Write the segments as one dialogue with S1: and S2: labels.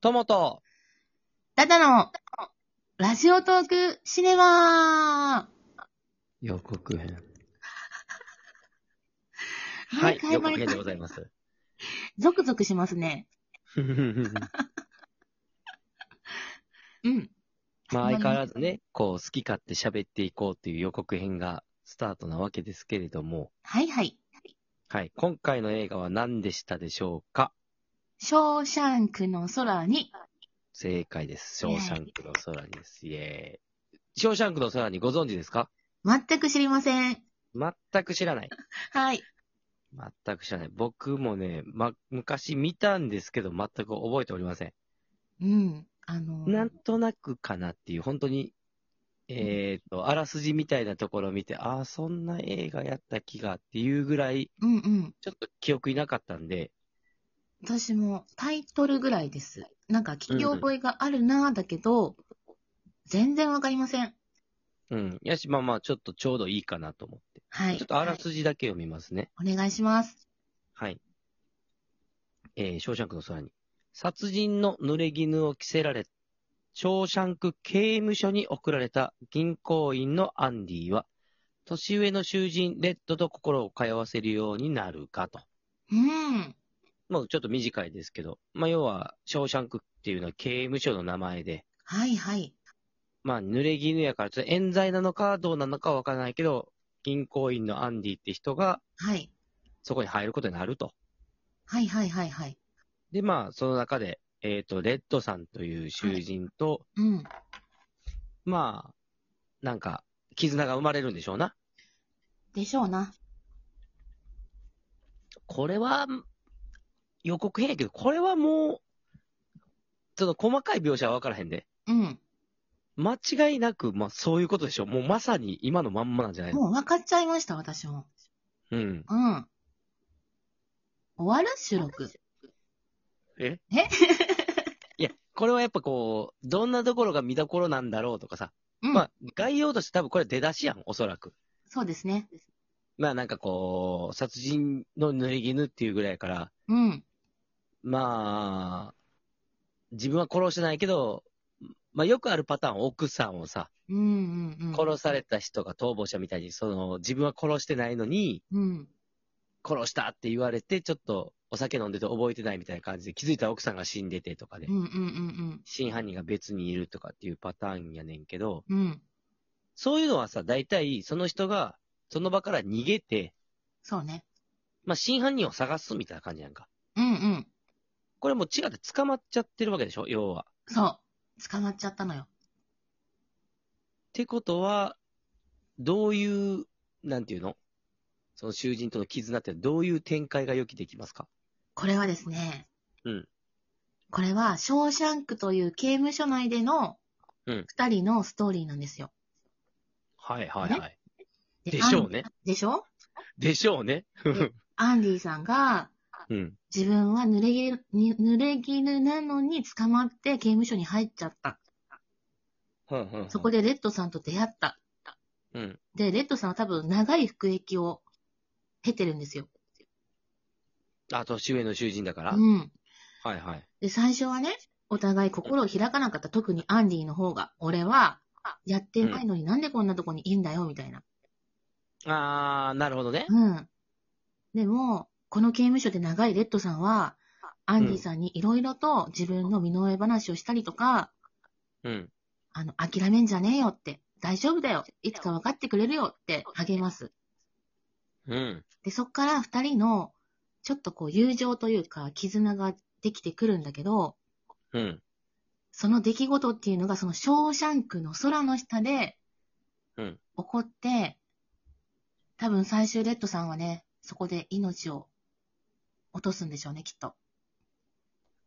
S1: ともと、
S2: ダダの、ラジオトークシネマ
S1: 予告編。
S2: ー
S1: はい、
S2: 毎
S1: 予告
S2: 回
S1: 編でご
S2: 毎
S1: ざ
S2: 回
S1: い ます。
S2: ゾクゾクしますね。うん。
S1: まあ相変わらずね、こう、好き勝手喋っていこうという予告編がスタートなわけですけれども、
S2: はいはい。
S1: はい、今回の映画は何でしたでしょうか
S2: ショーシャンクの空に、
S1: 正解です。ショーシャンクの空にです。イエーイ。ショーシャンクの空にご存知ですか
S2: 全く知りません。
S1: 全く知らない。
S2: はい。
S1: 全く知らない。僕もね、ま、昔見たんですけど、全く覚えておりません。
S2: うん。あの、
S1: なんとなくかなっていう、本当に、えっ、と、あらすじみたいなところを見て、ああ、そんな映画やった気がっていうぐらい、
S2: うんうん。
S1: ちょっと記憶いなかったんで、
S2: 私もタイトルぐらいです。なんか聞き覚えがあるなぁだけど、全然わかりません。
S1: うん。やし、まあまあ、ちょっとちょうどいいかなと思って。
S2: はい。
S1: ちょっとあらすじだけ読みますね。
S2: はいお願いします。
S1: はい。えー、ショーシャンクの空に。殺人の濡れ衣を着せられ、ショーシャンク刑務所に送られた銀行員のアンディは、年上の囚人レッドと心を通わせるようになるかと。
S2: うん。
S1: もうちょっと短いですけど、まあ、要は、ショーシャンクっていうのは刑務所の名前で、
S2: はいはい。
S1: まあ、濡れ衣やから、ちょっと冤罪なのかどうなのかわからないけど、銀行員のアンディって人が
S2: はい。
S1: そこに入ることになると。
S2: はいはいはいはい。
S1: で、まあ、その中で、えっ、と、レッドさんという囚人と、
S2: うん。
S1: まあ、なんか、絆が生まれるんでしょうな。
S2: でしょうな。
S1: これは、予告編やけど、これはもう、その細かい描写はわからへんで。
S2: うん。
S1: 間違いなく、まあ、そういうことでしょう。もうまさに今のまんまなんじゃないの
S2: もう分かっちゃいました、私も。
S1: うん。
S2: うん。終わる収録。
S1: え
S2: え
S1: いや、これはやっぱこう、どんなところが見どころなんだろうとかさ。
S2: うん。
S1: まあ、概要として多分これ出だしやん、おそらく。
S2: そうですね。
S1: まあなんかこう、殺人の濡れ衣っていうぐらいやから、
S2: うん。
S1: まあ、自分は殺してないけど、まあよくあるパターン、奥さんをさ、
S2: うんうんうん。
S1: 殺された人が逃亡者みたいに、その、自分は殺してないのに、
S2: うん。
S1: 殺したって言われて、ちょっとお酒飲んでて覚えてないみたいな感じで、気づいたら奥さんが死んでてとかで
S2: うんう、んうん
S1: 真犯人が別にいるとかっていうパターンやねんけど、
S2: うん。うん。
S1: そういうのはさ、大体その人がその場から逃げて、
S2: そうね。
S1: まあ、真犯人を探すみたいな感じやんか。
S2: うんうん。
S1: これもう違って捕まっちゃってるわけでしょ要は。っ
S2: そう。捕まっちゃったのよ。
S1: てことは、どういう、なんていうのその囚人との絆ってどういう展開が予期できますか
S2: これはですね。
S1: うん。
S2: これは、ショーシャンクという刑務所内での、
S1: うん
S2: 二人のストーリーなんですよ。
S1: はい。
S2: はい
S1: でしょうね
S2: アン。でしょ
S1: でしょうね。
S2: アンディさんが、
S1: うん。
S2: 自分は濡れぎぬに濡れ衣なのに捕まって刑務所に入っちゃった。そこ
S1: で。
S2: でレッドさんと出会った。
S1: うん。
S2: で、レッドさんは多分長い服役を経てるんですよ。
S1: あ、年上の囚人だから。
S2: うん。
S1: はいはい。
S2: で、最初はね、お互い心を開かなかった、特にアンディの方が、俺は、やってないのになんでこんなとこにいんだよ、みたいな。
S1: あー、なるほどね。
S2: うん。でも、この刑務所で長いレッドさんは、アンディさんにいろいろと自分の身の上話をしたりとか、
S1: うん。
S2: あの、諦めんじゃねえよって、大丈夫だよ、いつか分かってくれるよって励ます。
S1: うん。
S2: で、そっから二人の、ちょっとこう、友情というか、絆ができてくるんだけど、
S1: うん。
S2: その出来事っていうのが、そのショーシャンクの空の下で、
S1: うん
S2: 起こって、多分最終レッドさんはね、そこで命を落とすんでしょうね、きっと。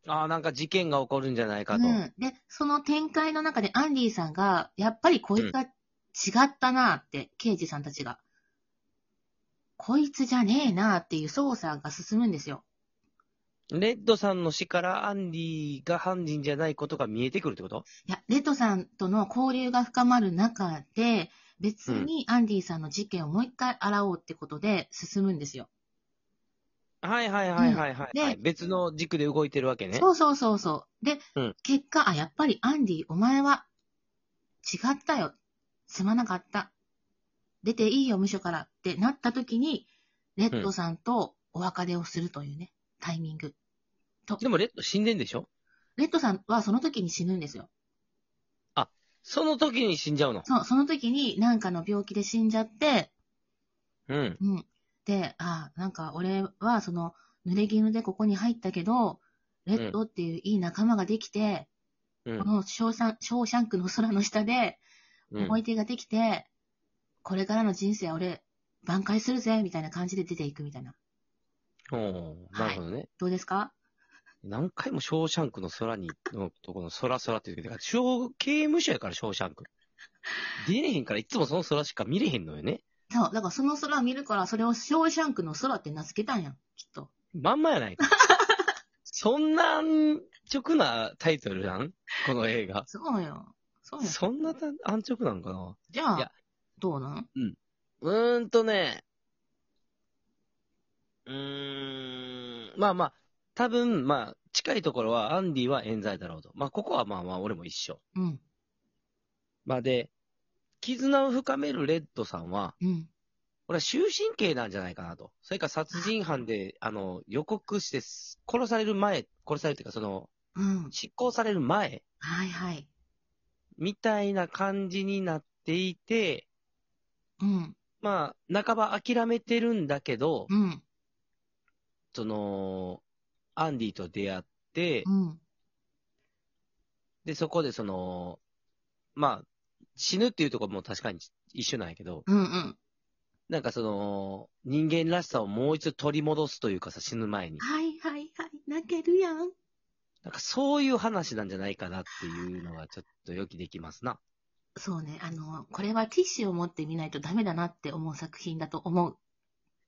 S1: ああ、なんか事件が起こるんじゃないか
S2: う
S1: と。
S2: ん。で、その展開の中でアンディさんが、やっぱりこいつは違ったなって、刑事さんたちが。こいつじゃねえなっていう捜査が進むんですよ。
S1: レッドさんの死からアンディが犯人じゃないことが見えてくるってこと
S2: いや、レッドさんとの交流が深まる中で、別にアンディさんの事件をもう一回洗おうってことで進むんですよ。
S1: はいはいはいはいはい、
S2: うんで
S1: 別の軸で動いてるわけね。
S2: そうそうそうそう。で、
S1: うん
S2: 結果、あ、やっぱりアンディ、お前は違ったよ。すまなかった。出ていいよ、無所からってなった時に、レッドさんとお別れをするというね、タイミング。
S1: でもレッド死んでんでしょ
S2: レッドさんはその時に死ぬんですよ。
S1: その時に死んじゃうの。
S2: そう、その時になんかの病気で死んじゃって、
S1: うん。
S2: うん。で、ああ、なんか俺はその、濡れ衣でここに入ったけど、レッドっていういい仲間ができて、
S1: うん
S2: こ。のショーシャンショーシャンクの空の下で
S1: うん
S2: 思い出ができて、これからの人生は俺、挽回するぜ、みたいな感じで出ていくみたいな。
S1: おーなるほどね。
S2: どうですか
S1: 何回もショーシャンクの空に、のとこの空空って言うけど、だから小刑務所やからショーシャンク。出れへんから、いつもその空しか見れへんのよね。
S2: そう、だからその空を見るから、それをショーシャンクの空って名付けたんやん、きっと。
S1: まんまやない か。そんな安直なタイトルなんこの映画。
S2: そうよ。そうよ。
S1: そんなた安直なんかな
S2: じゃ
S1: い
S2: あ
S1: や、
S2: どうなん
S1: うーんとね。うーん。まあまあ、多分、まあ、近いところはアンディは冤罪だろうと。まあ、ここはまあまあ、俺も一緒。
S2: うん、
S1: まあで、絆を深めるレッドさんは、
S2: うん。
S1: これは終身刑なんじゃないかなと。それから殺人犯で、あの、予告してす、殺される前、殺されるっていうか、その、
S2: うん。
S1: 執行される前、
S2: はいはい。
S1: みたいな感じになっていて、
S2: うん、
S1: まあ、半ば諦めてるんだけど、
S2: うん、
S1: その、アンディと出会って、
S2: うん、
S1: で、そこでその、まあ、死ぬっていうところも確かに一緒なんやけど、
S2: うん、うん。
S1: なんかその、人間らしさをもう一度取り戻すというかさ、死ぬ前に。
S2: はいはいはい。泣けるやん。
S1: なんかそういう話なんじゃないかなっていうのはちょっと予期できますな。
S2: そうね、あの、これはティッシュを持ってみないとダメだなって思う作品だと思う。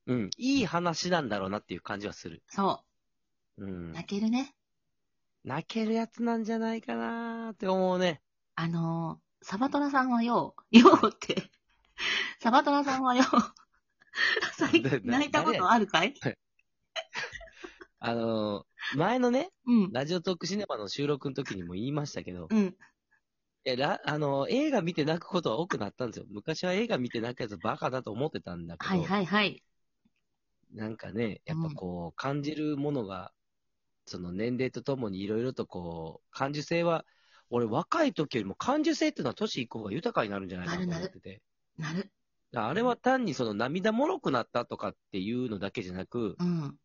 S1: うん。いい話なんだろうなっていう感じはする。
S2: そうう、
S1: ん。
S2: 泣けるね。
S1: 泣けるやつなんじゃないかなーって思うね。
S2: あの、サバトラさんはよ、よう って、サバトラさんは よ、最近
S1: な
S2: 泣いたことあるかい
S1: あのー前のね、
S2: うん、
S1: ラジオトークシネマの収録の時にも言いましたけど、
S2: うん、
S1: いや、らあのー映画見て泣くことは多くなったんですよ。昔は映画見て泣くやつバカだと思ってたんだけど、
S2: はいはいはい。
S1: なんかね、やっぱこう、感じるものが、その年齢とともにいろいろとこう、感受性は、俺若い時よりも感受性っていうのは年いく方が豊かになるんじゃないかなと思ってて。
S2: なる。
S1: だからあれは単にその涙もろくなったとかっていうのだけじゃなく、
S2: うん、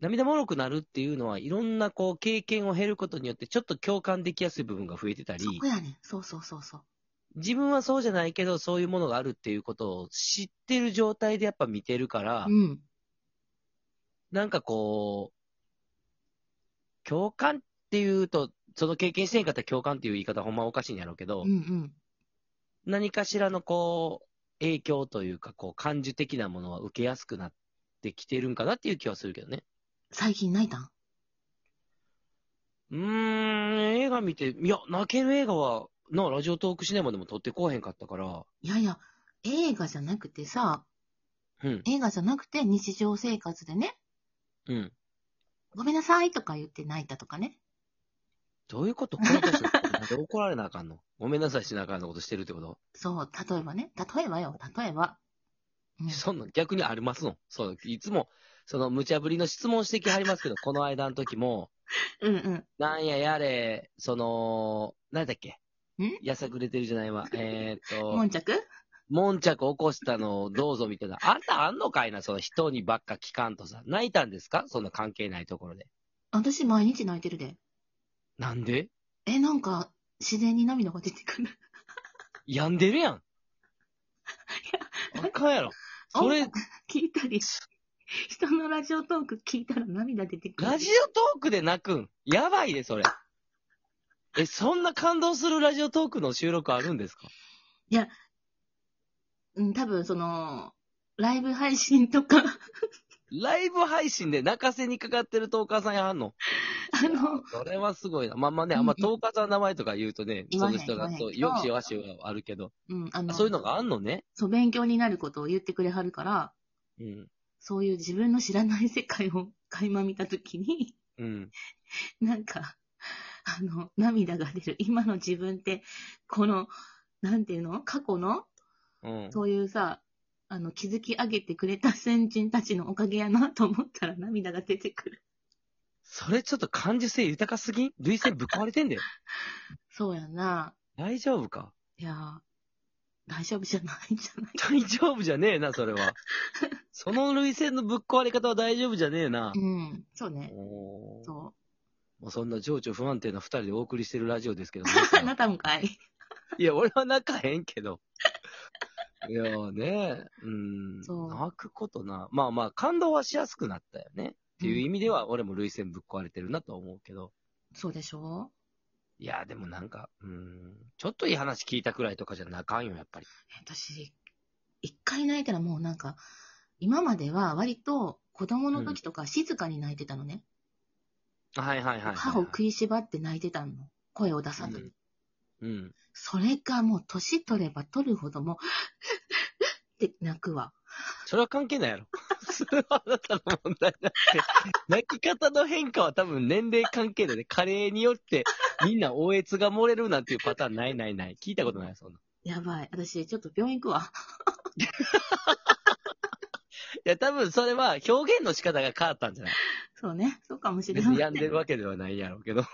S1: 涙もろくなるっていうのはいろんなこう経験を経ることによってちょっと共感できやすい部分が増えてたり
S2: そ、こやね。そうそうそうそう。
S1: 自分はそうじゃないけどそういうものがあるっていうことを知ってる状態でやっぱ見てるから、
S2: うん、
S1: なんかこう、共感っていうと、その経験してんかったら共感っていう言い方ほんまおかしいんやろうけど、
S2: うん、うん。
S1: 何かしらのこう、影響というか、こう、感受的なものは受けやすくなってきてるんかなっていう気はするけどね。
S2: 最近泣いたん
S1: うーん、映画見て、いや、泣ける映画は、な、ラジオトークシネマでも撮ってこうへんかったから、
S2: いやいや、映画じゃなくてさ、
S1: うん、
S2: 映画じゃなくて日常生活でね、
S1: うん。
S2: ごめんなさいとか言って泣いたとかね。
S1: どういうことこの年なんで怒られなあかんのごめんなさいしなあかんのことしてるってこと、
S2: そう、例えばね。例えばよ、例えば。うん
S1: そんなん逆にありますのそう、いつも、その無茶ぶりの質問してきはりますけど、この間の時も、
S2: うんうん。
S1: なんややれ、その、なんだっけ
S2: ん
S1: やさぐれてるじゃないわ。えーっと、
S2: 悶着
S1: もんちゃく起こしたのをどうぞみたいな。あんたあんのかいな、その人にばっか聞かんとさ。泣いたんですかそんな関係ないところで。
S2: 私毎日泣いてるで。
S1: なんで
S2: え、なんか、自然に涙が出てくる。
S1: 病んでるやん。あかんやろ。それ
S2: 音、楽聞いたり、人のラジオトーク聞いたら涙出てくる。
S1: ラジオトークで泣くん。やばいで、そ れ。え、そんな感動するラジオトークの収録あるんですか
S2: うん、多分その、ライブ配信とか、
S1: ライブ配信で泣かせにかかってるトーカーさんやあんの
S2: あの、
S1: それはすごいな。まあまあね、あんま
S2: うんうん
S1: トーカーさんの名前とか言うとね、
S2: 言
S1: そ
S2: わへ
S1: の
S2: ん
S1: 人
S2: 言わ
S1: が、
S2: へん
S1: そう、
S2: けど
S1: よしよしはあるけど、
S2: うん、あの、
S1: そういうのがあんのね。
S2: そう、勉強になることを言ってくれはるから、
S1: うん。
S2: そういう自分の知らない世界を垣間見たときに、
S1: うん。
S2: なんか、あの、涙が出る。今の自分って、この、なんていうの過去の、
S1: うん。
S2: そういうさ、あの、築き上げてくれた先人たちのおかげやなと思ったら涙が出てくる。
S1: それちょっと感受性豊かすぎん類性ぶっ壊れてんだよ。
S2: そうやな。
S1: 大丈夫 か
S2: いやー、大丈夫じゃないんじゃない
S1: 大丈夫じゃねえな、それは。その類性のぶっ壊れ方は大丈夫じゃねえな。
S2: うん、そうね。
S1: おー
S2: そ
S1: もうそんな情緒不安定な二人でお送りしてるラジオです けど、
S2: う。
S1: 皆
S2: あ
S1: さん
S2: なたもかい。
S1: いや、俺は泣かへんけど。 いやーね、うん。
S2: そう
S1: 泣くことな。まあまあ、感動はしやすくなったよね。っていう意味では、俺も類線ぶっ壊れてるなとは思うけど。
S2: そうでしょ
S1: いやー、でもなんか、うん。ちょっといい話聞いたくらいとかじゃ泣かんよ、やっぱり。
S2: 私、一回泣いたらもうなんか、今までは割と子供の時とか静かに泣いてたのね。
S1: はいはいはいはい。
S2: 歯を食いしばって泣いてたの。声を出さずに。
S1: うん。うん。
S2: それがもう年取れば取るほどもう、 って泣くわ。
S1: それは関係ないやろ。それはあなたの問題だって。泣き方の変化は多分年齢関係だね。加齢によってみんな応悦が漏れるなんていうパターンないないない。聞いたことない、そんな。
S2: やばい。私、ちょっと病院行くわ。
S1: いや、多分それは表現の仕方が変わったんじゃない
S2: そうね。そうかもしれ
S1: 別
S2: ない。
S1: に病んでるわけではないやろうけど。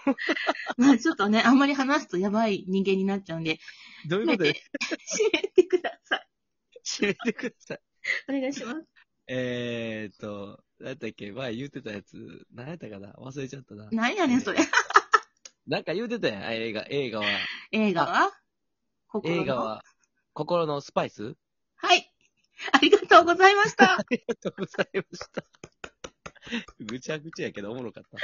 S2: まあちょっとね、あんまり話すとやばい人間になっちゃうんで、
S1: どういう
S2: 閉
S1: こ
S2: め
S1: とで
S2: て、閉めてください。
S1: 締めてください。
S2: お願いします。
S1: えーっと、なんやったっけ前言ってたやつ、何やったかな忘れちゃったな。
S2: 何やねん、それ。
S1: なんか言うてたやん、映画、映画は。
S2: 映画は心の
S1: 映画は、心のスパイス
S2: はい。ありがとうございました。
S1: ありがとうございました。ぐちゃぐちゃやけどおもろかった。